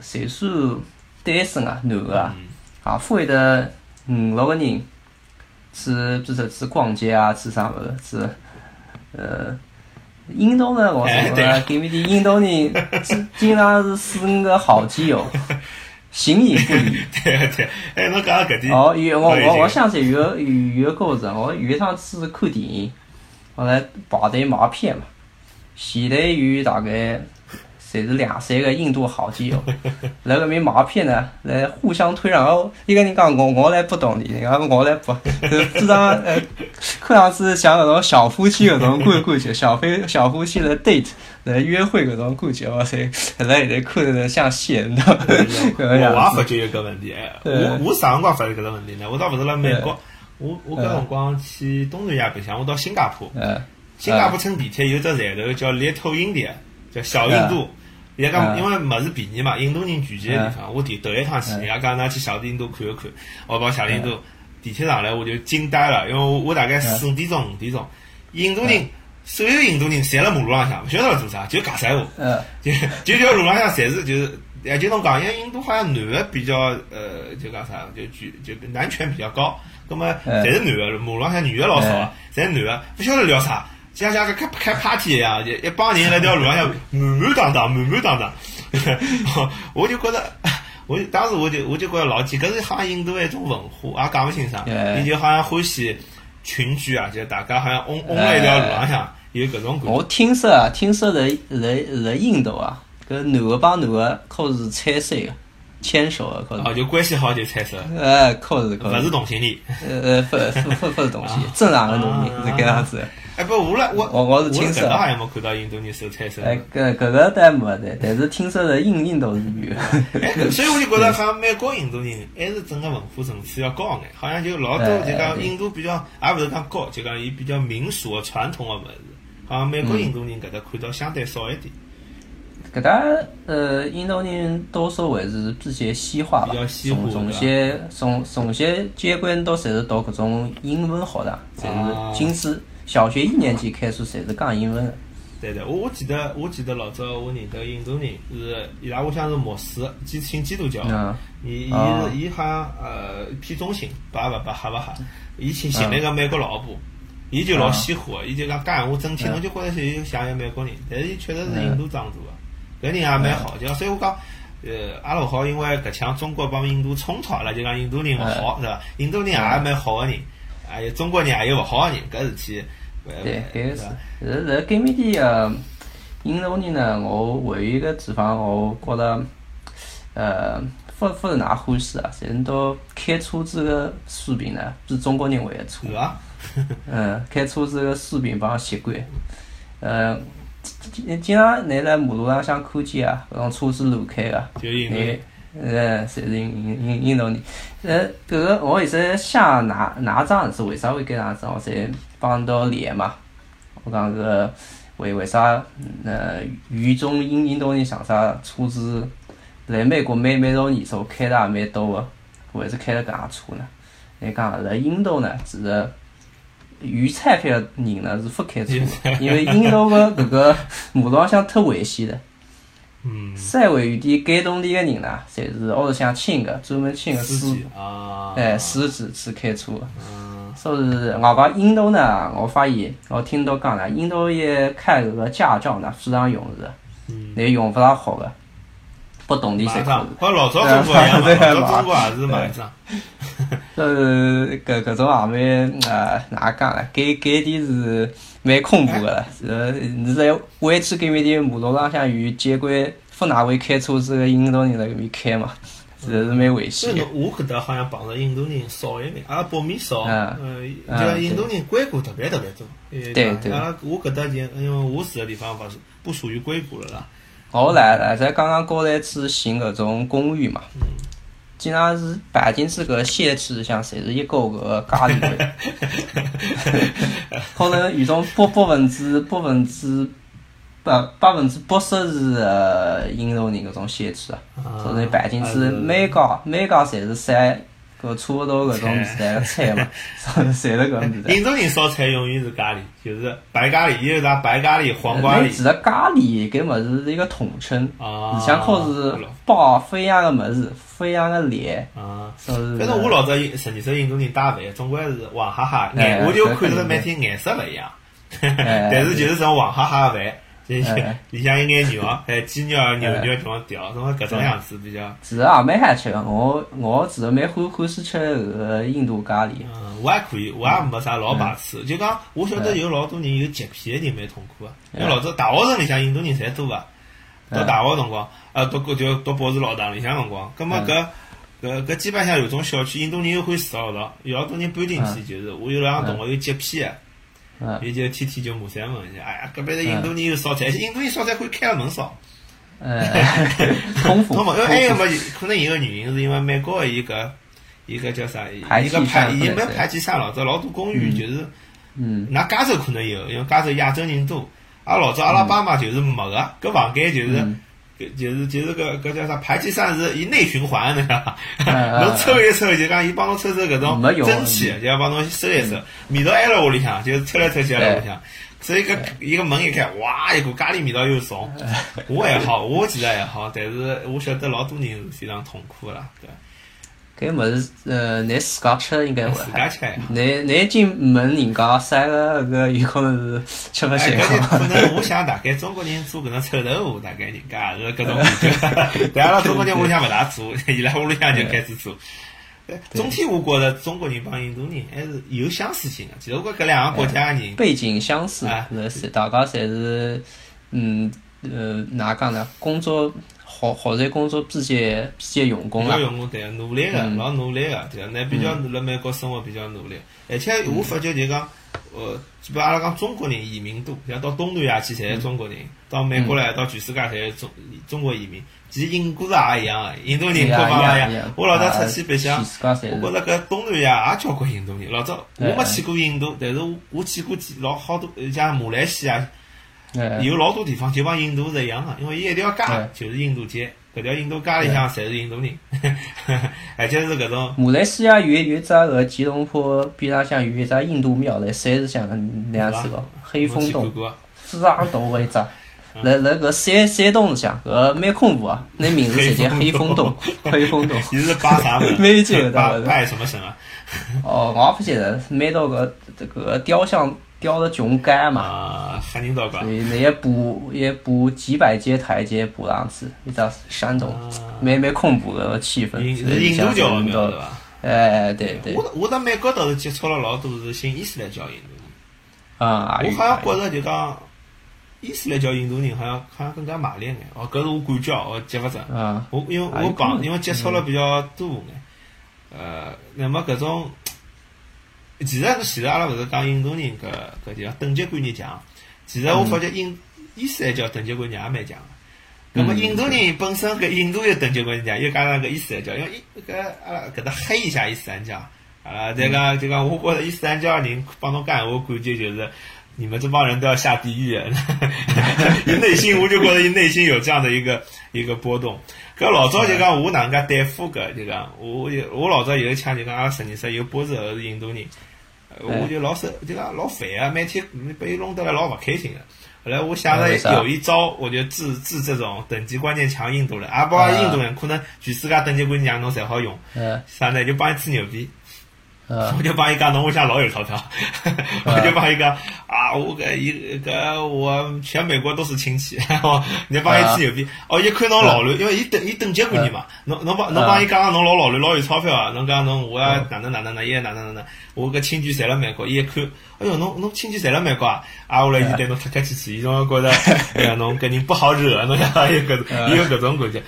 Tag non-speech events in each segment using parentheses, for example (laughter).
岁数单身啊，男个嗯啊，啊，富会得五六个人去，比如说去逛街啊，去啥物事，去呃。印度呢，我哎说对啊搿面的印度 (laughs) 人经经常是四五个好基友，形影不离。对对，哎，侬讲搿点，哦，有我我已我经我想起有有有个故事，我有一趟去看电影，后来排队买票嘛，前头有大概侪是两三个印度好基友，辣搿面买票呢，来互相推让。哦，一个人讲我我来拨动你，人家我来拨，就是这张呃，看上去像搿种小夫妻搿种感感觉，小夫小夫妻来 date 来约会搿种感觉，哇塞，辣现在看着像仙的， (laughs) 搿我个也样发子。觉有搿问题。哎，对我我啥辰光发觉搿个问题呢？我倒勿是辣美国，我我搿辰光去东南亚白相，我到新加坡，呃，新加坡乘地铁有只站头叫 Little India，叫小印度。人家讲，嗯因为物事便宜嘛，印度人聚集的地方。我第头一趟去，人家讲㑚去小印度看一看。我跑小印度地铁上来，我就惊呆了，因为我我大概四点钟、五点钟，印度人所有印度人侪辣马路浪向，勿晓得辣做啥，就尬三胡。呃，就就条路浪向侪是就是，也就侬讲，因为印度好像男的比较呃，就讲啥，就举就男权比较高，那么嗯侪是男的，马路浪向女的老少啊，侪是男的，不晓得聊啥，就像像个开开 party 一样，就一帮人辣条路浪向满满当当，满满当当， (laughs) 我就觉得。我就当时我就我就觉得老奇，搿是好像印度的一种文化，也讲勿清爽。嗯伊就好像欢喜群居啊，就大家好像嗡嗡了一条路浪向，有搿种感觉。我听说啊，听说在在在印度啊，搿男个帮男个靠是牵手的，牵手的靠是，哦，就关系好就猜测。呃，靠是靠勿是是，同性恋。呃呃，不不不不是东西，正常的农民啊是搿样 (laughs) 子的。哎，不，我来我我我是搿青色搭好像没看到印度人手拆手。哎，搿搿个倒没得，但是听说在印印度是有哎的。所以我就觉得，好像美国印度人还是整个文化层次要高眼，好像就老多哎就哎讲对印度比较，也勿是讲高，就讲伊比较民俗的传统的物事，好像美国印度人搿搭看到相对少一点， (laughs) 搿搭呃，印度人多数还是比较西化吧比较，西化从从对吧些从从些监管都侪是读搿种英文学堂，侪啊是今次小学一年级开始侪是讲英文的。对的。我我记得我记得老早我认得印度人是伊拉屋里向是穆斯，基信基督教。嗯。伊伊啊是伊好像呃偏中性，白勿白黑勿黑，伊请寻了一个美国老婆，伊就老西化的，伊就讲讲闲话整嗯天，侬就觉着是伊像一个美国人，但是伊确实是嗯印度长大的，搿人也蛮好，就讲所以我讲。呃，阿拉勿好，因为搿腔中国帮印度冲突，阿拉就讲印度人勿好，是伐？印度人也蛮好个人，还有中国人也有勿好个人，搿事体，呃对，搿个是是伐？。是辣搿面的呃，印度人呢，我还有一个地方，我觉着，呃，勿勿是哪欢喜啊，侪是到开车子个水平呢，比中国人还要差是。伐？嗯，开车子个水平帮习惯，呃，经经常你辣马路浪向看见啊，搿种车子乱开个、就印度人哎，呃，侪是印印印度人。呃，搿个我现在想哪哪桩事，为啥会搿样子？我侪帮到连嘛。我讲搿个为为啥？呃，雨中印印度人想啥车子来美国每每到年数开的也蛮多个，还是开了搿样车呢？你讲辣印度呃呢，其实有彩票的人呢是勿开车的，因为印度个搿个啊马路浪向忒危险了。嗯，赛会有点改动力的人呢，侪是屋里向请个专门请个司司机，啊，哎，司机去开车的。嗯，所以我讲印度呢，我发现我听到讲呢，印度也开搿个驾照呢非常容易的，嗯。你用勿大好的，不懂的买侪一可张以。，和老早中国一样嘛，啊对啊老早中国也是买一张。呃，搿搿种也蛮呃哪讲呢？搿搿点是蛮恐怖个了。呃，你在弯曲搿面的马路浪向有交关勿哪会开车子个印度人辣搿面开嘛，实在是蛮危所险以的。侬我搿搭好像碰着印度人少一眼，阿拉北面少，啊呃，啊就印度人硅谷特别特别多。对对对阿拉我搿搭就因为我住的地方勿是不属于硅谷了啦。我来来在刚刚过来去寻搿种公寓嘛，经常是摆进去搿县区像侪是一个个家庭会， (laughs) 可能有种百百分之百分之百百分之八十是呃印度人搿种县区啊，啊所以摆进去还是每家每家侪是三搿差勿多搿种 (laughs) 年代个菜嘛， (laughs) 侪是搿种年代。呃印度人烧菜永远是咖喱，就是白咖喱，伊是拿白咖喱、 (laughs) 黄瓜侬喱其实咖喱搿物事是一个统称，啊。里向靠是包非常啊个物事，非常个脸，啊。所以反正我老早实际上印度人带饭，总归是黄哈哈，哎眼我就搿看着肯定每天颜色勿一样， (laughs) 哎但是就是种黄哈哈的饭，就是哎里向一眼肉，哎，鸡肉、牛哎肉这种调，种搿种样子比较。其实也啊蛮好吃个，我我其实蛮欢欢喜吃搿个印度咖喱。嗯，我也可以，我也没啥老排嗯斥。就讲，我晓得有老多人有洁癖的人蛮痛苦的，因哎为老早大学城里向印度人侪多啊。读大学辰光，呃，读高就读博士老堂里向辰光，葛末哎搿搿搿基本上有种小区，印度人又欢喜住学堂，有老多人搬进哎去就是，我有两个同学有洁癖的，嗯，伊就天天就骂三问，哎呀，搿边的印度人又烧菜，而且印度人烧菜可以开个门烧。 (laughs) 哎，丰富，那么，丰因为还哎有富，么？可能有个原因是因为美国的伊个伊个叫啥？伊排气个排扇伊或者没是排气扇老早老多公寓嗯就是，嗯，那加州可能有，因为加州亚洲人多。阿老早阿拉巴马就是没个，搿房间就是嗯搿就是就是搿搿叫啥？排气扇是伊内循环的， (laughs) 嗯侬抽一抽就讲伊帮侬抽抽搿种没用嗯蒸汽，就要帮侬收一收。味道还辣屋里向，就是抽来抽去还辣屋里哎向。所以搿一个门一开，哇，一股咖喱味道又重。哎 (laughs) 我还好，我其实还好，但是我晓得老多人是非常痛苦啦，对吧，搿物事呃，侬自家吃应该会自好家。吃还好。侬侬已经问人家三个搿有可能是吃勿哎，习搿就可惯。能我想大概中国人做搿种臭豆腐，大概人家也是搿种感觉。但阿拉中国人我想勿大做，伊拉屋里向就开始做。哎总体我觉着中国人帮印度人还是有相似性的。其实我觉得搿两个国家的人，背景相似哎，是是大家侪是嗯呃哪讲呢？工作学学习工作比较比较用功比啦较。用功对，努力个，嗯老努力个，对个。啊那比较辣美国生活比较努力，而且我嗯发觉就讲，呃，基本阿拉讲中国人移民多，像到东南亚嗯去侪是中国人，到美国来，到全世界侪是中中国移民。其实英国是也一样个，印度人各方面一样。我老早出去白相啊，自家侪我是觉着搿东南亚也交关印度人。老早我啊没去过印度，但是我我去过几老好多，呃像马来西亚哎有老多地方就帮印度是一样啊的，因为伊一条街就是印度街，搿条印度街里向侪是印度人，而且是搿种马来西亚有有一只个吉隆坡边浪向有一只印度庙嘞，山是像那样子个，黑我啊风去看洞过，非常大个一只。来来搿山山洞里向，搿蛮恐怖啊！那名字直接黑风 (laughs) 洞，黑风洞。伊是拜啥门？没见过拜对吧拜什么神啊？ (laughs) 哦，我也不记得，每到搿这个雕像雕得穷干嘛，啊，黑人道馆所。以那也补也补几百阶台阶补上去，一只山洞，啊蛮蛮恐怖个气氛。印所以印度像教的印庙度对伐？哎，对对，我我到美国倒是接触了老多是信伊斯兰教印度人。啊，我好像觉着就讲，伊斯兰教印度人好像好像更加卖力眼。哦，搿是我感觉，哦，结勿准。啊，我因为啊我有可碰，能因为接触了比较多眼。呃，那么搿种，其实其实阿拉勿是讲印度人搿搿就讲等级观念强，其实我发觉印伊斯兰教等级观念也蛮强的。那么嗯印度人本身搿印度有等级观念强，又加上搿伊斯兰教，因为伊搿阿拉搿搭黑一下伊斯兰教，啊，这个这个，我觉着伊斯兰教人帮侬干，我感觉就是你们这帮人都要下地 (laughs) 狱。伊内心我就觉着伊内心有这样的一个一个波动。搿老早就讲我哪能介对付搿就讲，我有我老早有一腔就讲阿拉啊实验室有波士后是印度人，呃哎我就老受就讲老烦啊，每天被伊弄得来老勿开心个。后来我想哎着为啥有一招，我就治治这种等级观念强印度人，也包括印度人，可能全世界等级观念强侬侪好用，呃啥呢？就帮伊吹牛逼。呃我就帮伊讲，侬屋里向老有钞票，我就帮伊讲啊，我搿一搿我全美国都是亲戚， (laughs) 哦，你帮伊吹牛逼，哦，一看侬老卵，因为伊等伊等级观念嘛，侬侬帮侬帮伊讲侬老老卵老有钞票啊，侬讲侬我要哪能哪能哪伊也哪能哪能，我搿亲眷侪辣美国，伊一看，哎哟，侬侬亲戚侪辣美国啊，啊，后来伊对侬客客气气，伊总觉着哎呀侬搿人不好惹，啊侬像有搿种伊有搿种感觉。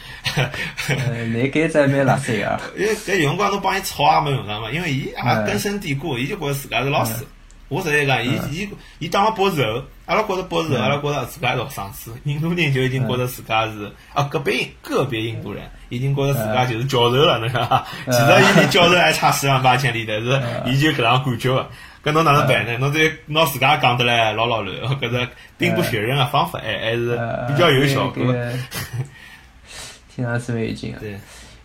呃，你搿只蛮垃圾啊，因为搿有辰光侬帮伊吵也没用场嘛，因为伊也嗯根深蒂固，伊就觉着自家是老哎师。我实在讲，伊伊伊当了博士后，阿拉觉着博哎士后，阿拉觉着自家是学生子，印度人就已经觉着自家是哎啊，个别个别印度人已经觉着自家就是教授了，侬晓得伐？其嗯实伊离教授还差十万八千里，但是哎伊就搿能感觉个。搿侬哪能办呢？侬再拿自家讲得来老老乱，搿只兵不血刃个方法哎还还是呃，比较有效这果。个听上去蛮有劲啊。对，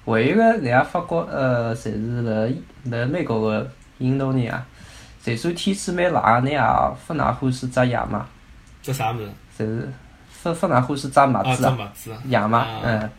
还有一个人家法国呃，侪是辣辣美国个印度人啊，就算天气蛮冷，你也勿哪欢喜扎野马，这啥物事？侪是勿勿哪欢喜扎马啊，子这啊，么子啊。野马啊，嗯，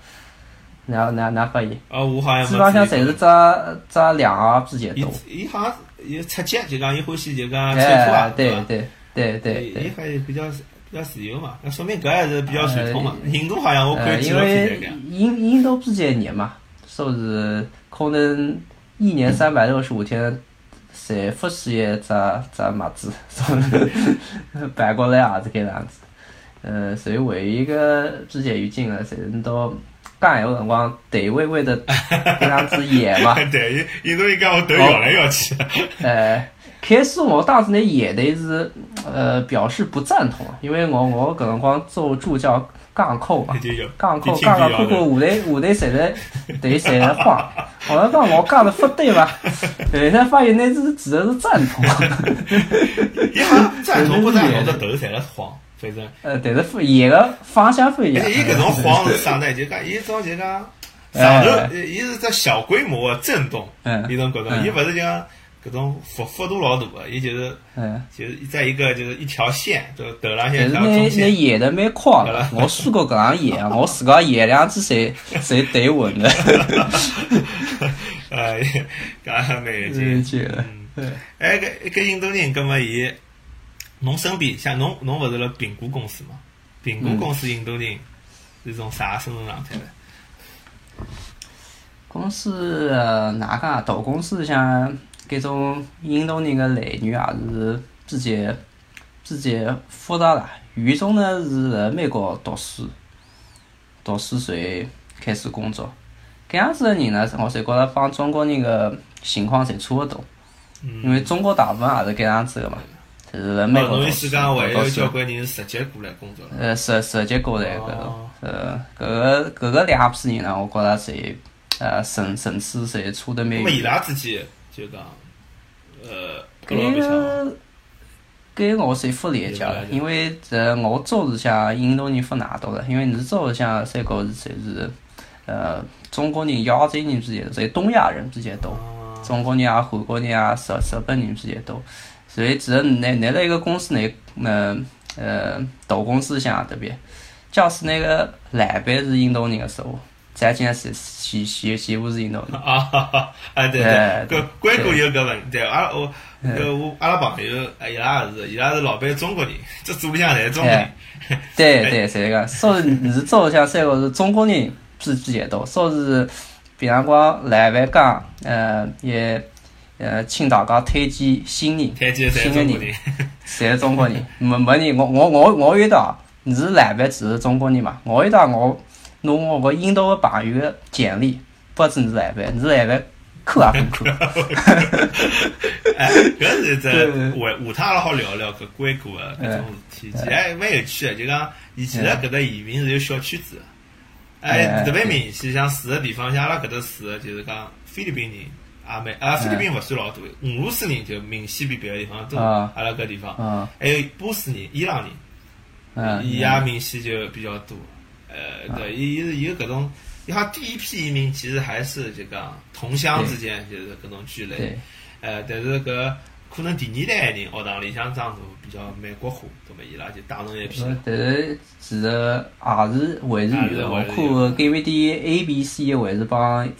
哪哪哪发现？啊，我好像基本上侪没注是意过。扎扎两个比较伊多，伊好像有出击，就讲伊欢喜就讲催吐啊哎，，对对吧？对对对伊对，还比较比较自由嘛，那说明搿还是比较传统嘛。呃印度好像我呃，看纪因录为片在讲，印印度比较热嘛，说是可能一年三百六十五天，侪不适宜扎扎马子，所 (laughs) 以摆过来也是搿样子。呃，所以还有一个比较有劲个，侪是到干有辰光头微微的搿样子演 (laughs) 嘛，对，印度人讲我头摇来摇去，呃，开始我当时呢也得是呃表示不赞同，因为我我搿辰光做助教讲课嘛，就有讲课就讲讲听课课，下不头下头侪在对侪在晃，后来讲我讲了不对伐？后来发现呢是指的是赞同，伊好像赞同不赞同，这头侪辣晃，反正。 (laughs) 呃，但是不演个方向不一而样且。伊搿种哎晃是啥呢？就讲伊种就讲上头，伊是只小规模的震动，嗯伊种搿种，嗯伊勿是讲搿种幅幅度老大个，伊就是嗯，就是在一个就是一条线，就是头浪但线是条呢中呢线。演的蛮狂的，我试过搿样演，我自家演两次侪侪对稳 (laughs) 了， (laughs) 哎，搿还蛮有劲真。绝了。嗯哎，搿搿印度人，葛末伊，侬身边像侬侬勿是辣苹果公司嘛？苹果公司印度人是种啥生存状态呢？公司呃哪个啊？大公司像搿种印度人的来源也是比较比较复杂啦。原中呢是辣美国读书，读书随开始工作，搿样子的人呢，我侪觉着帮中国人的情况侪差勿多，因嗯，为中国大部分啊也是搿样子的嘛，就是辣美哦，国侬读意书思讲，还读有交书，关人直接过来工作了？呃，直直接过来搿种。哦呃，搿个搿个两批人呢，我觉着侪呃层层次侪差得蛮那远么。伊拉之间就讲，呃，搿老白相嘛，搿搿我是勿理解了，因为这我做事向印度人勿难到的，因为你做事向三个是侪是呃中国人、亚洲人之间，侪东亚人之间多，啊中国人啊、韩国人啊、日日本人之间多，所以只能拿拿到一个公司内，呃呃大公司向特别，假使那个老板是印度人的时候，再进来是全全全部是印度人，啊哈哈！啊对哎对，搿关谷有搿问题，对阿拉我搿我阿拉朋友，哎伊拉也是，伊拉是老板中国人，这组里向侪是中国人哎。对对，是这个。说是你是做像三个是中国人之之间多，说是比方讲来湾港，呃，也呃，请大家推荐新人，推荐侪是新中的国人，人，侪是中国人，没没人。我我我我遇到，你是来湾只是中国人嘛？我遇到我拿我个印度个朋友个简历，不止你来湾，你来湾看也不看。 (laughs) 哎，搿是只对哎对下下趟阿拉好聊聊搿关谷个搿种事体，其实还蛮有趣个。就讲以前辣搿搭移民是有小圈子的，哎，哎特别明显，像住个地方，像阿拉搿搭住个，就是讲菲律宾人也蛮，啊，菲律宾勿算老多，俄罗斯人就明显比别个地方多，哎啊阿拉搿地方，嗯还有波斯人、伊朗人。嗯，啊伊也明显就比较多。呃，对，伊伊是有搿种，伊好像第一批移民其实还是就讲同乡之间就是搿种聚类。对呃，但是搿可能第二代人学堂里向长大比较美国化，那么伊拉就带侬一批。但是其实也是还是有的，我看个 DVD A B C 还是帮 A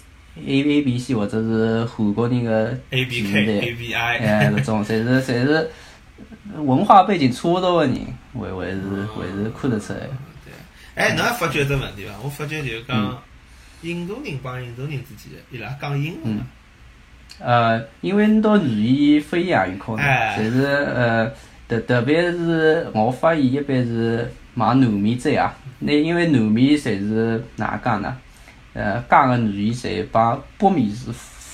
A B C 或者是韩国人个 A B 前 K 辈 A B I，嗯哎，搿种侪是侪是文化背景差勿多个人，还还是还是看得出来。 (laughs) 对。哎，侬还发觉一只问题伐？我发觉就是嗯讲，印度人帮印度人之间，伊拉讲英文啊，呃，因为侬到语言不一样有可能，哎但是呃，特特别是我发现一般是买南面仔啊，那因为南面侪是哪能讲呢？呃，讲个语言侪帮北面是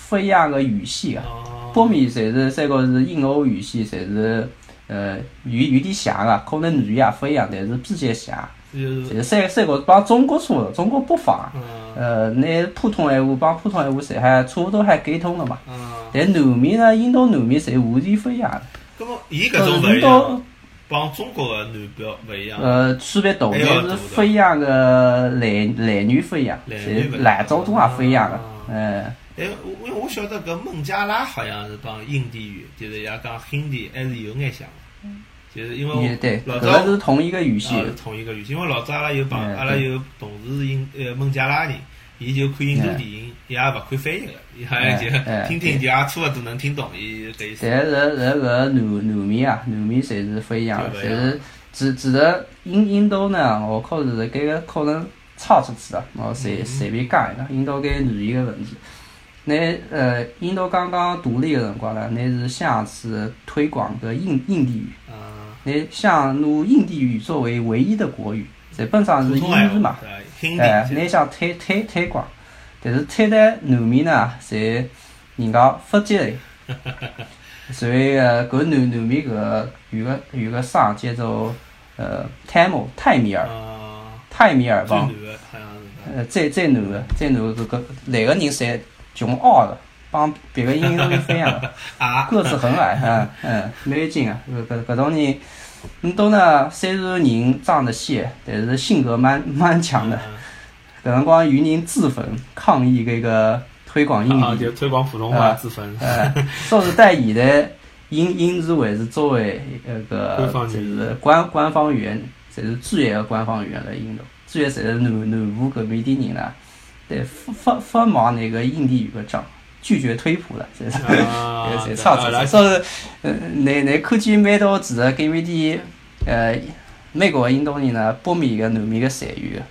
不一样个语系啊个、哦北面侪是三个是印欧语系，侪是呃有有点像个、啊可能语言也不一样，但是比较像。就是侪三三个帮中国差勿多，中国北方啊，嗯呃，拿普通闲话帮普通闲话侪还差勿多还沟通个嘛。嗯，但南面呢，印度南面侪完全勿一样。那么伊搿呃种勿印一样啊度吗，帮中国个男标勿一样。呃，区别大，但是不一样个男男女不一样，男其女实不一样男种都也不一样个啊，嗯，哎，我因为我晓得搿孟加拉好像是帮印地语，就是伊拉讲 Hindi 还是有眼像的，就是因为嗯也我对，老搿早个是同一个语啊系是，同一个语系，因为老早阿拉有帮嗯阿拉有同事是印呃孟加拉人，伊就看印度哎电影，伊也勿看翻译个，伊好像就嗯嗯听听就也啊差勿多能听懂伊搿意思。但是搿搿个南南面啊，南面侪是不一样的，侪对不一样是只只是印印度呢，我靠是搿个可能抄出去的，我随嗯随便讲一个，印度搿语言个问题。那呃，印度刚刚独立个辰光呢，那是想是推广搿印印地语，啊，那想拿印地语作为唯一的国语，基本上啊普是通闲英语话嘛，对吧哎， ，Hindi 那想推推推广，但是推在南面呢，侪人家不接受。 (laughs) 所以呃，搿南南面搿个有个有个省叫做呃泰米泰米尔啊，泰米尔最邦，难的好像是呃最最南个最南个搿个来个人侪穷傲了，帮别个英语分样。啊，个子很矮，嗯嗯，没有劲啊，搿搿搿种人，嗯，都呢，虽然人长得细，但是性格蛮蛮强的。嗯搿辰光有人自焚抗议搿个推广英啊，语就，推广普通话啊 (laughs) 自焚。呃，说是在现在 (laughs) 英英语还是作为那官个方语就言是官官方语言，侪是主要的官方语言了。印度主要侪是南南部搿边的人啦，对，不不不忙那个印地语的账，拒绝推普了，这是。啊侪差出对啊来。所以，呃，你你看见蛮多其实搿面的呃美国的印度人呢，北面个南面个侪有个。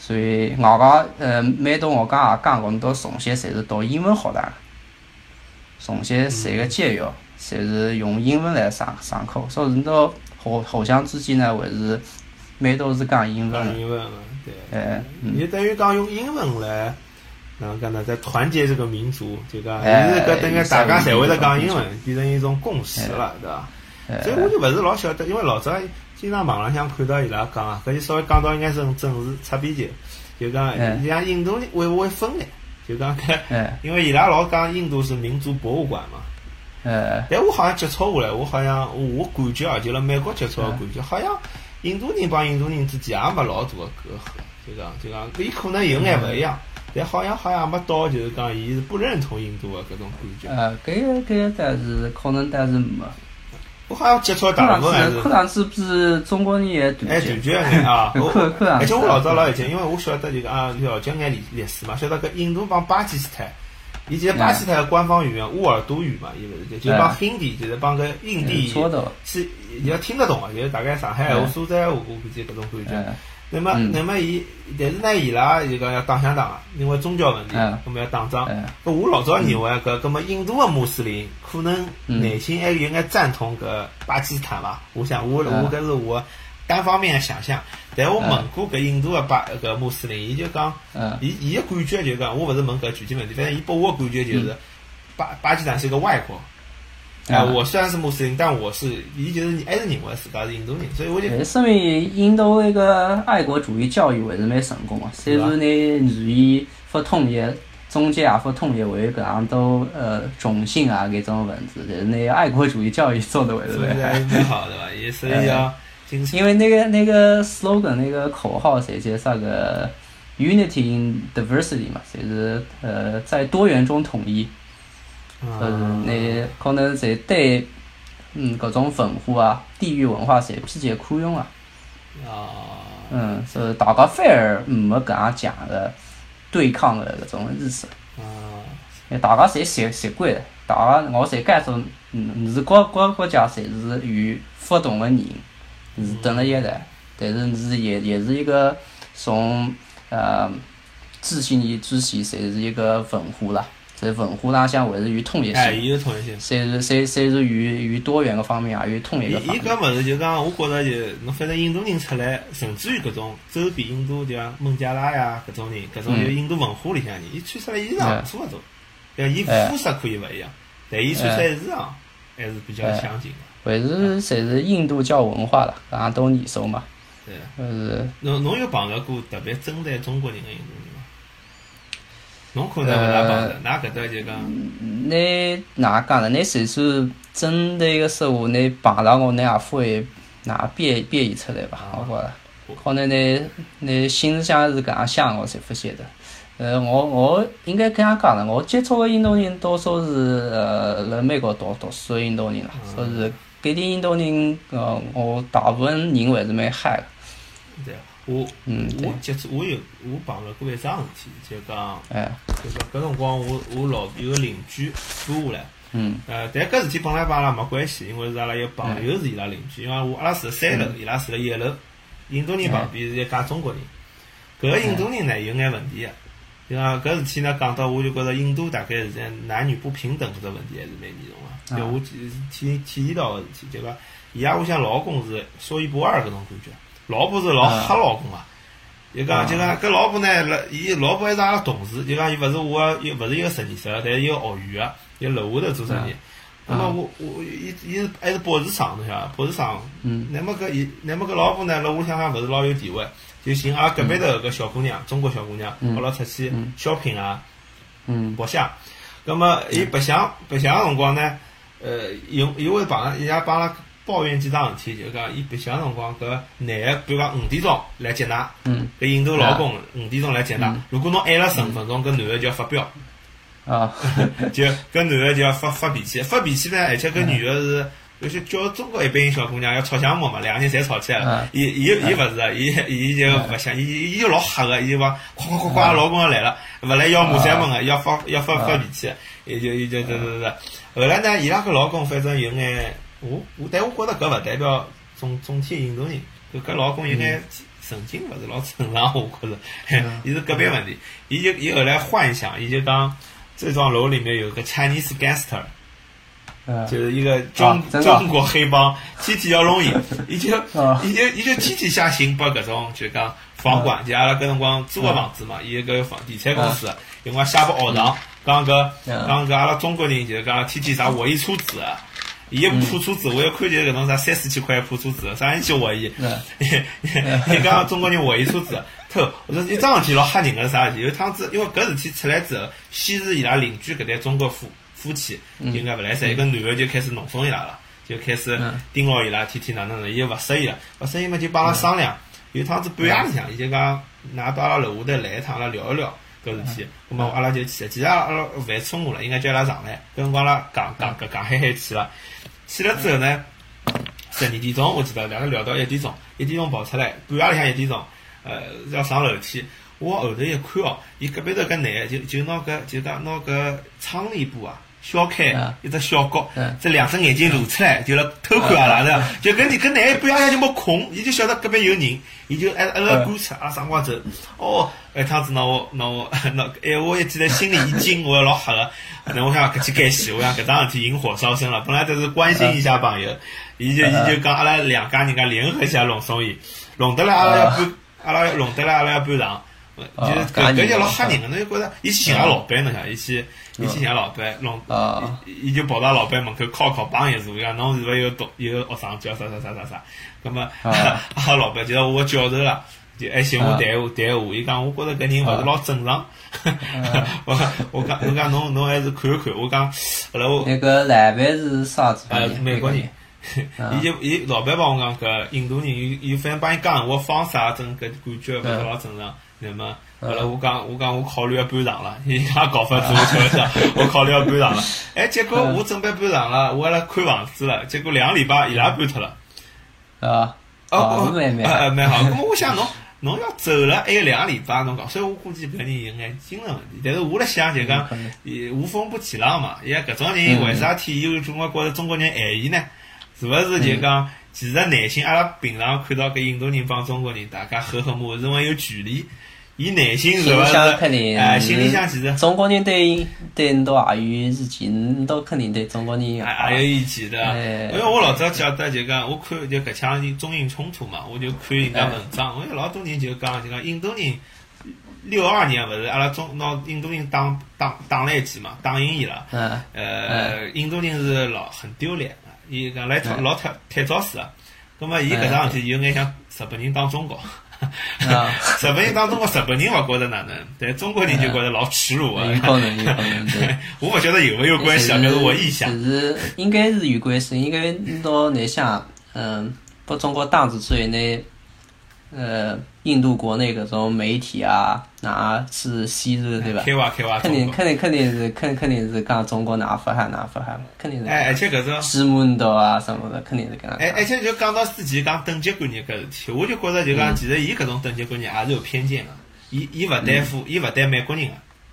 所以外加呃蛮多学家也讲过，侬到重庆侪是读英文学堂的，重嗯庆侪个教育侪是用英文来上上课，所以侬到互互相之间呢，还是蛮多是讲英文讲的。英文嘛，对。哎，嗯。你等于讲用英文来，嗯哪能讲呢？在团结这个民族，就讲，哎是搿等于大家侪会得讲英文哎，变成一种共识了，对伐？哎所以我就勿是老晓得，因为老早经常网浪向看到伊拉讲啊，搿就稍微讲到一眼政政治擦边球，就讲哎像印度人会勿会分眼，就讲搿，哎因为伊拉老讲印度是民族博物馆嘛，哎但我好像接触下来，我好像我我感觉啊，就辣美国接触的感觉，好像印度人帮印度人之间也没老大个隔阂，就讲就讲，伊可能有眼勿一样，但好像好像也没到就是讲伊是不认同印度的搿种感觉。呃，搿个搿个但是可能但是没。我好像接触看大上部分还去，看是上去不是中国人也哎团团结，结眼啊，看我看上而去。且我老早老以前，因为我晓得就讲啊了解眼历历史嘛，晓得搿印度帮巴基斯坦。以前巴基斯坦的官方语言乌尔都语嘛，伊勿是就就帮 Hindi，就是帮搿印嗯地搓到，是你要听得懂啊，就是大概上海闲话、苏州闲话，我估计搿种感觉。嗯那么，嗯那么伊，但是呢，伊拉就讲要打相打啊，因为宗教问题，嗯那么要打仗。嗯搿我老早认为搿，搿么印度的穆斯林可能嗯内心还有眼赞同搿巴基斯坦伐？我想，我嗯我搿是我单方面的想象。但我嗯问过搿印度的巴搿穆斯林，伊就讲。嗯伊伊个感觉就是讲，我勿是问搿具体问题，反正伊拨我感觉就是，巴巴基斯坦是一个外国。嗯哎、啊我虽然是穆斯林，但我是，伊就是还是认为自家是印度人，所以我就，哎，说明印度那个爱国主义教育还是蛮成功啊。虽然你语言不统一，中间也不统一，还有搿样多呃种姓啊搿种问题，但是你爱国主义教育做的还是所以蛮好。还是蛮好的吧，也所以哎要精神因为那个那个 slogan 那个口号谁叫啥个 unity in diversity 嘛，谁是呃在多元中统一。就是嗯，你可能侪对，嗯，搿种文化啊、地域文化侪偏见宽容啊，啊，嗯，所以大家反而没搿样强个对抗的搿种意识，啊，因为大家侪习习惯了，大家我侪介种，嗯，是各各国家侪是与不同的人是等了一代，但是是也也是一个从呃自信年之前侪是一个文化啦，在文化浪向还是有统一性哎，。伊有同一性。虽然虽虽然与与多元个方面啊，与统一伊个方伊面，搿物事就讲，我觉着就，侬反正印度人出来，甚至于搿种周边印度，就像孟加拉呀搿种人，搿种就嗯印度文化里向人，伊穿出来衣裳哎差勿多，对伐？伊哎肤色可以勿一样，但伊穿出来衣裳还是比较哎相近的，还是侪是印度教文化啦，搿样都年熟嘛，对伐。就是侬侬有碰着过特别针对中国人的印度人伐？侬可能勿大帮呃着，㑚搿搭就讲，拿哪讲呢？拿随算真的一个生活，拿碰到我，拿也会拿编编译出来吧，我觉着。可能拿拿心里向是搿样想，我才发现的。呃，我我应该搿样讲了，我接触个印度人多数是呃辣美国读读书个印度人啦，所以是搿点印度人，呃，我大部分人还是蛮嗨个。对，我嗯对我接触我有我碰着过一桩事体，就讲哎，就讲搿辰光我我老有个邻居租下来。嗯呃，但搿事体本来帮阿拉没关系，因为是阿拉一个朋友是伊拉邻居，因为我阿拉住三楼，伊拉住了一楼。印度人旁边是一家中国人，搿个印度人呢有眼问题个，就讲搿事体呢讲到我就觉着印度大概是这样男女不平等搿只问题还是蛮严重啊个，就我体体体验到个事体，就讲伊拉屋里向老公是说一不二搿种感觉，老婆是老吓老公啊。就讲就讲，搿老婆呢，辣伊老婆还是阿拉同事，就讲伊勿是我个，又勿是一个实习生，但是一个学员啊，伊楼下头做生意。那么我我伊伊是还是博士生，侬晓得伐？博士生。嗯那么搿伊，那么搿老婆呢，辣屋里向也勿是老有地位，就寻阿拉隔壁头搿小姑娘，中国小姑娘，嗯阿拉出去嗯 shopping 啊，嗯白相。那么伊白相白相个辰光呢，呃，有有会帮伊拉帮阿拉抱怨几桩事体，就讲伊白相个辰光，搿男个，比如讲五点钟来接㑚。嗯搿印度老公五点钟来接㑚嗯，如果侬晚了十五分钟，搿男的就要发飙，啊， (laughs) 就搿男的就要发发脾气，发脾气呢，而且搿女的嗯是。有些叫中国一般小姑娘要吵相骂嘛，两个人侪吵起来了嗯。伊伊伊勿是啊，伊伊就勿想，伊伊就老吓个，伊就讲哐哐哐哐，老公要来了，勿来要骂三门个，要发要发嗯发脾气，伊就伊就这这这。后来呢，伊拉搿老公反正有眼，我我但我觉着搿勿代表总总体印度人，搿搿老公有眼神经勿是老正常，我觉着 (laughs) 嗯，伊是个别问题。伊就伊后来幻想，伊就讲这幢楼里面有个 Chinese gangster，嗯就是一个中、真的啊中国黑帮，天天要 (laughs) 弄伊，伊就啊伊就伊就天天想寻拨搿种就是讲房管，就阿拉搿辰光租个房嗯子嘛，伊搿房地产公司，有辰光写拨学堂，讲搿啊嗯讲搿阿拉中国人就是讲天天啥怀疑车子啊。伊一破车子，我一看就是搿种啥三四千块一破车子，啥人去怀疑？嗯 (laughs) 伊讲中国人怀疑车子偷，我说一桩事体老吓人个是啥事体？有一趟子，因为搿事体出来之后，先是伊拉邻居搿对中国夫夫妻就应该勿来三，一个男个就开始弄怂伊拉了，就开始嗯盯牢伊拉，天天哪能哪能，伊勿适意了，勿适意嘛就帮阿拉商量。有一趟子半夜里向，伊就讲，㑚到阿拉楼下头来一趟，阿拉聊一聊搿事体。葛末阿拉就去了，其实阿拉阿拉饭冲我了，应该叫阿拉上来，搿辰光阿拉讲讲讲讲嗨嗨去了。去了之后呢，十二点钟我记得，两个聊到一点钟，一点钟跑出来，半夜里向一点钟，呃，要上楼梯。我往后头一看哦，伊隔壁头搿男的就就拿搿就讲拿搿窗帘布啊削开嗯一只小角嗯，这两只眼睛露出来，就辣偷看阿拉呢。就搿人搿男的半夜里向就没空，伊就晓得隔壁有人，伊就挨挨辣观呃察阿拉啥辰光走。哦，一趟子拿我拿我 (laughs) 拿哎，我一记得心里一惊，我老吓个。那我想搿去改戏，我想搿桩事体引火烧身了。本来只是关心一下 (laughs) 朋友，伊就伊就讲阿拉两家人家联合一下弄松伊，弄得来阿拉啊要搬，阿拉弄得来阿拉要搬场。就是搿搿就老吓人个，侬就觉着伊去寻阿拉老板，侬想伊去伊去寻阿拉老板弄，啊伊伊就跑到老板门口敲敲帮一下，讲侬是勿是有读有学生叫啥啥啥啥啥？葛末 (laughs) 阿啊拉老板就是我教授啦，就还哎寻我啊谈话谈话，伊讲我觉着搿人勿是老正常。 (laughs) 我我讲我讲侬侬还是看一看，我讲后来我那个老板是啥子？呃美国人，啊伊就伊老板帮我讲搿印度人有有反正帮伊讲闲话方式啊，真搿感觉勿是嗯老正常。那么后来我讲我讲我考虑要搬场了，伊讲搞法子我吃 (laughs) 勿消，我考虑要搬场了。哎，结果嗯我准备搬场了，我还辣看房子了，结果两个礼拜伊拉搬脱了。啊，哦，蛮呃蛮，呃蛮好。那么我想侬侬要走了，还有两个礼拜，侬讲，所以我估计搿人有眼精神问题。但是我辣想就讲有可能，伊无风不起浪嘛。伊讲搿种人嗯为啥体又总归觉着中国人爱伊呢？是勿是就讲，其实内心阿拉平常看到搿印度人帮中国人大家和和睦睦，是因为有距离。伊内心是心勿里是？向肯定，哎，心里向其实中国人对对很多外语之前，很多肯定对中国人还还有意见的，哎因为我老早晓得就讲，我看就搿腔人中印冲突嘛，我就看人家文章，我有老多人就讲就讲印度人六二年勿是阿拉中拿印度人打打打了一记嘛，打赢伊拉，嗯呃，印度人是老很丢脸啊，伊讲来老太太早死啊，葛末伊搿桩事体有眼像日本人打中国，啊，日本人当中国日本人勿觉着哪能，但中国人就觉着老耻辱啊有。可能，有可能，对。我勿晓得有没有 (laughs) 关系啊，但是我臆想，其实应该是有关系，应该到那下，嗯，不中国大之所以呢，呃，印度国内各种媒体啊，哪是昔日对吧？开挖开肯挖哎啊中定国。肯定肯定是肯肯定是讲中国哪发喊哪发喊，肯定是。哎，而且搿种。西门岛啊什么的，肯定是跟他哎，而讲。且就讲到之前讲等级观念搿事体，我就觉着就讲，其实伊搿种等级观念也是有偏见个，伊伊勿对付，伊勿对美国人个，啊侬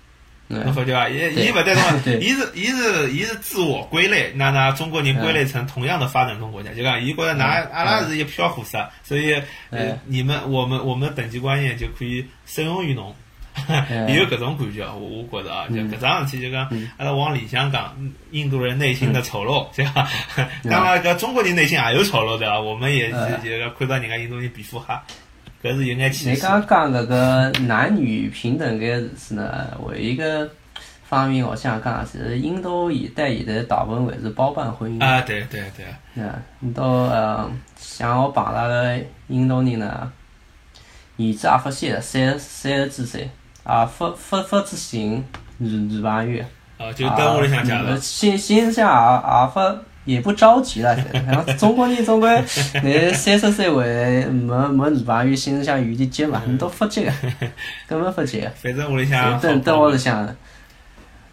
嗯，发觉伐？伊对伊勿 (laughs) 对对种，伊是伊是伊是自我归类，拿拿中国人归类成同样的发展中国家，就讲伊觉着㑚嗯阿拉是一票货色，所以呃嗯你们我们我们等级观念就可以适用于侬。嗯 (laughs) 也有搿种感觉，我我觉着啊，就嗯搿桩事体就讲嗯，阿拉往里向讲，嗯印度人内心的丑陋，对伐？ (laughs) 当然搿中国人内心也有丑陋的啊，我们也嗯是就讲看到人家印度人皮肤黑，搿是有眼歧你视。刚刚讲搿个男女平等搿个事呢，我有一个方面我想讲，其实印度现在现在大部分还是包办婚姻。啊，对对对，嗯，你都呃，像我碰到个印度人呢，儿子也不小了，三三十几岁，啊，不不不知情，女女朋友，哦，就等屋里向讲啊了，心心想也也不也不着急了，然后中国人总 (laughs) 归，你三十岁会没没女朋友，心里向有点急嘛，你都不急 (laughs) 个，根本不急个。反正屋里向等啊好等屋里向，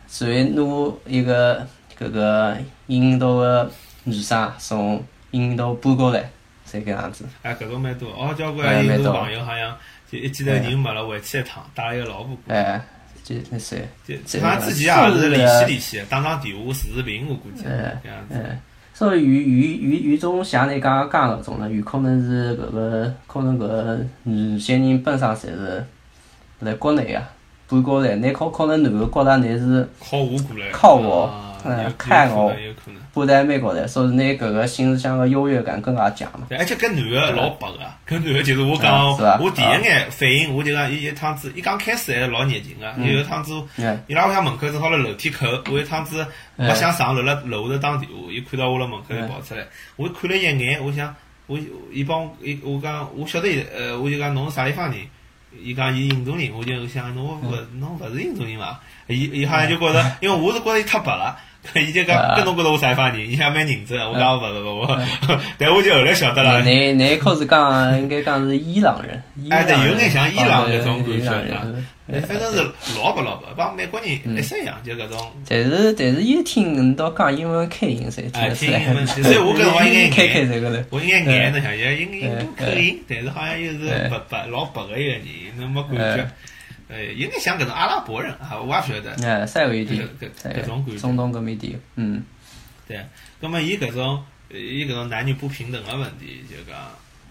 所以拿一个搿个印度个女生从印度搬过来，才搿样子。啊，搿种蛮多，哦，交哎关印蛮度多朋友好像就一记头人没了，回去一趟，带了一个老婆过，哎，就那谁，就这好像个自己也是是的联系联系，打打电话视视频，我估计哎这样子。哎，所以有有有有种像你刚刚讲搿种呢，有可能是搿个可能搿个有些人本身侪是来国内啊，搬过来，你可可能男个觉着你是靠我过来，靠我啊嗯有有看我可能有可能。搬到美国来，所以你搿个心里向个优越感更加强嘛。对，而且搿男个老白个，搿男个就是我啊是吧讲，我第一眼反应，我就讲伊一趟子，伊刚开始还是老热情个，嗯伊有一趟子，哎，伊拉屋里向门口正好辣楼梯口，我一趟子嗯没想上楼了，楼下头打电话，伊看到我辣门口就跑出来，我看了一眼，我想，我伊帮我，伊我讲，我晓得伊，呃，我就讲侬是啥地方人。伊讲伊印度人，我就想侬勿侬勿是印度人伐？伊伊好像就觉着，因为我是觉着伊太白了，伊就讲啊搿侬觉着我啥地方人？伊还蛮认真的，啊我讲勿勿勿，我但我就后来晓得了，你你可是讲应该讲是伊朗人，伊朗人啊哎对有点像伊朗那那种感觉啊对反正是老白老白，帮美国人一式一样，就搿种。 (laughs) 但是但是一听人家讲英文口音噻，听哎得出听英来文。其实我搿辰光应该 (laughs) 开开这个嘞，我应该眼侬想，也应该印度口音，但是好像又是哎白白老白个一个人，侬没感觉。哎，应该像搿种阿拉伯人啊，我也勿晓得。哎，稍微有搿点，搿稍微搿嗯种感觉，中东搿面点，嗯，对。葛末伊搿种，呃伊搿种男女不平等个问题，就讲，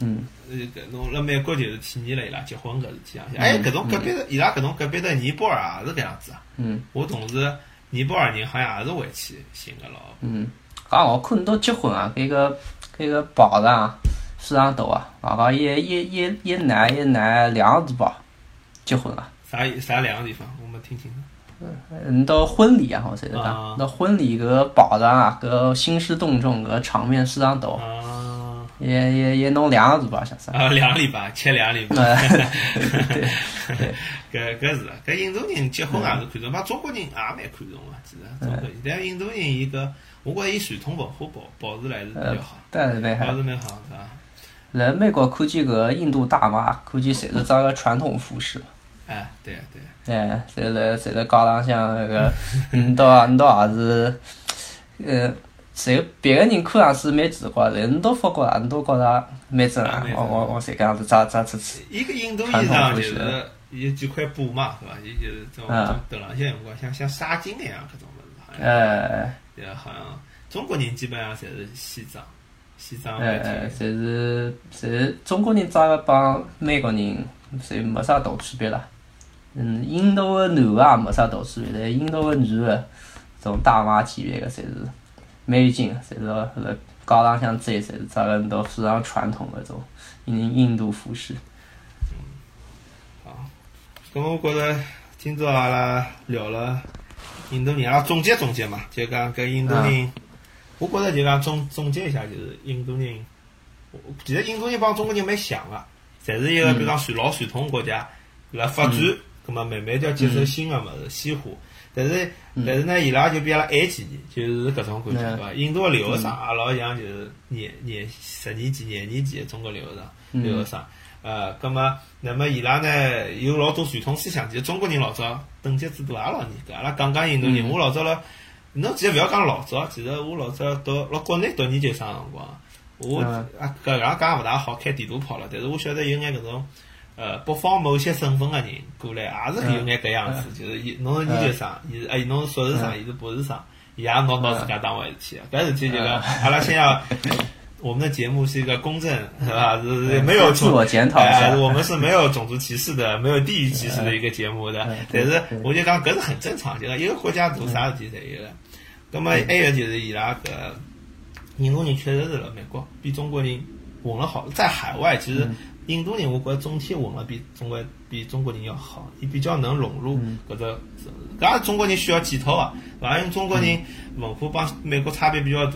嗯呃，搿侬辣美国就是体验了伊拉结婚搿事体啊。嗯哎，搿种隔壁的伊拉搿种隔壁的尼泊尔也是搿样子啊。嗯我同事尼泊尔人好像也是回去寻个老婆。嗯，讲我看到结婚啊，搿个搿个宝啊，非常大啊，啊讲一一一一男一男两个字宝结婚啊。啥啥两个地方，我没听清楚。嗯，到婚礼啊，好像是啊讲，到婚礼搿个保障啊，搿个兴师动众，搿个场面非常大，啊也也也弄两个是吧，像是。啊，两个礼拜，吃两个礼拜。呃， (laughs) 搿搿是啊，搿印度人结婚也是看重，把中国人也蛮看重个，其实中国哎人，但印度人伊搿，我觉着伊传统文化保保持了还是比较好，但是蛮保好。持蛮好，是伐？来美国估计搿个印度大妈估计侪是着个传统服饰，哎，对对，哎，侪辣侪辣街浪向那 (laughs) 个，嗯，到你到也是，呃，侪别个人看上去蛮奇怪的，人都发觉，人都觉着蛮正常蛮啊正，我常我我侪搿样子扎扎出去，伊搿印度衣裳就是有几块布嘛，是伐？伊就是这种嗯这种头浪向有辰光像像纱巾那样搿种物事，好像呃。对啊，好像中国人基本上侪是西装，西装哎外哎，体，侪是侪是中国人长得帮美国人侪没啥大区别啦。嗯，印度个男个也没啥大区别，但印度个女个这种大妈级别个侪是蛮有劲的，侪是辣辣街浪向走，侪是着个很多非常传统个这种印印度服饰。好，咁我觉着今朝阿拉聊了印度人，阿拉总结总结嘛，就讲搿印度人，我觉着就讲总总结一下，就是印度人，我其实印度人帮中国人蛮像个、侪是一个比如讲传老传统国家，伊拉发展，葛末慢慢就要接受新个物事西化。但是但是呢，伊拉就比阿拉晚几年，就是搿种感觉，对伐？印度个留学生也老像就是廿廿十年级、廿年级个中国留学生留学生。呃，葛末那么伊拉呢有老多传统思想，其实中国人老早等级制度也老严格。阿拉讲讲印度人，我老早了，侬其实勿要讲老早，其实我老早读辣国内读研究生个辰光，我嗯啊搿样讲勿大好开地图炮了，但是我晓得有眼搿种。呃，北方某些省份个人过来，也是有眼搿样子，就是伊侬是研究生，伊是哎侬是硕士生，伊是博士生，伊也拿拿自家当回事体的。搿事体就讲，阿拉先要，我们的节目是一个公 (laughs) 正，是吧？是是没有自我检讨一下哎我们是没有种族歧视的，没 (laughs) 有地域歧视的一个节目的嗯。但是我就讲，搿是很正常，就讲一个国家做啥事体侪有的。葛么还有就是伊拉搿印度人确实是了，美国比中国人混了好，在海外其实印度人我觉着总体混了比中国比中国人要好，伊比较能融入搿只，搿也是中国人需要检讨啊，勿然因为中国人文化帮美国差别比较大，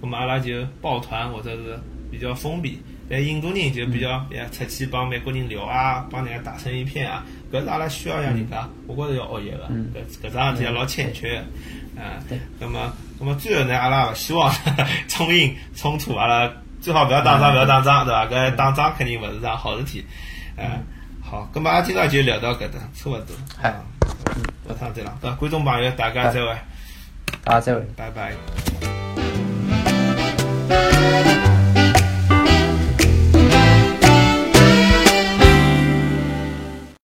葛么阿拉就抱团或者是比较封闭。但印度人就比较哎出去帮美国人聊啊，帮人家打成一片啊，搿是阿拉需要让人家，我觉着要学习个，搿搿桩事体也老欠缺的，啊对，那么那么最后呢，阿拉也勿希望冲印冲突，阿拉最好勿要打仗，勿要打仗，对伐？搿打仗肯定勿是桩好事体，呃，好，葛末阿拉今朝就聊到搿搭，差勿多，哎好啊，到趟再聊，那观众朋友大家再会，大家再会。拜拜。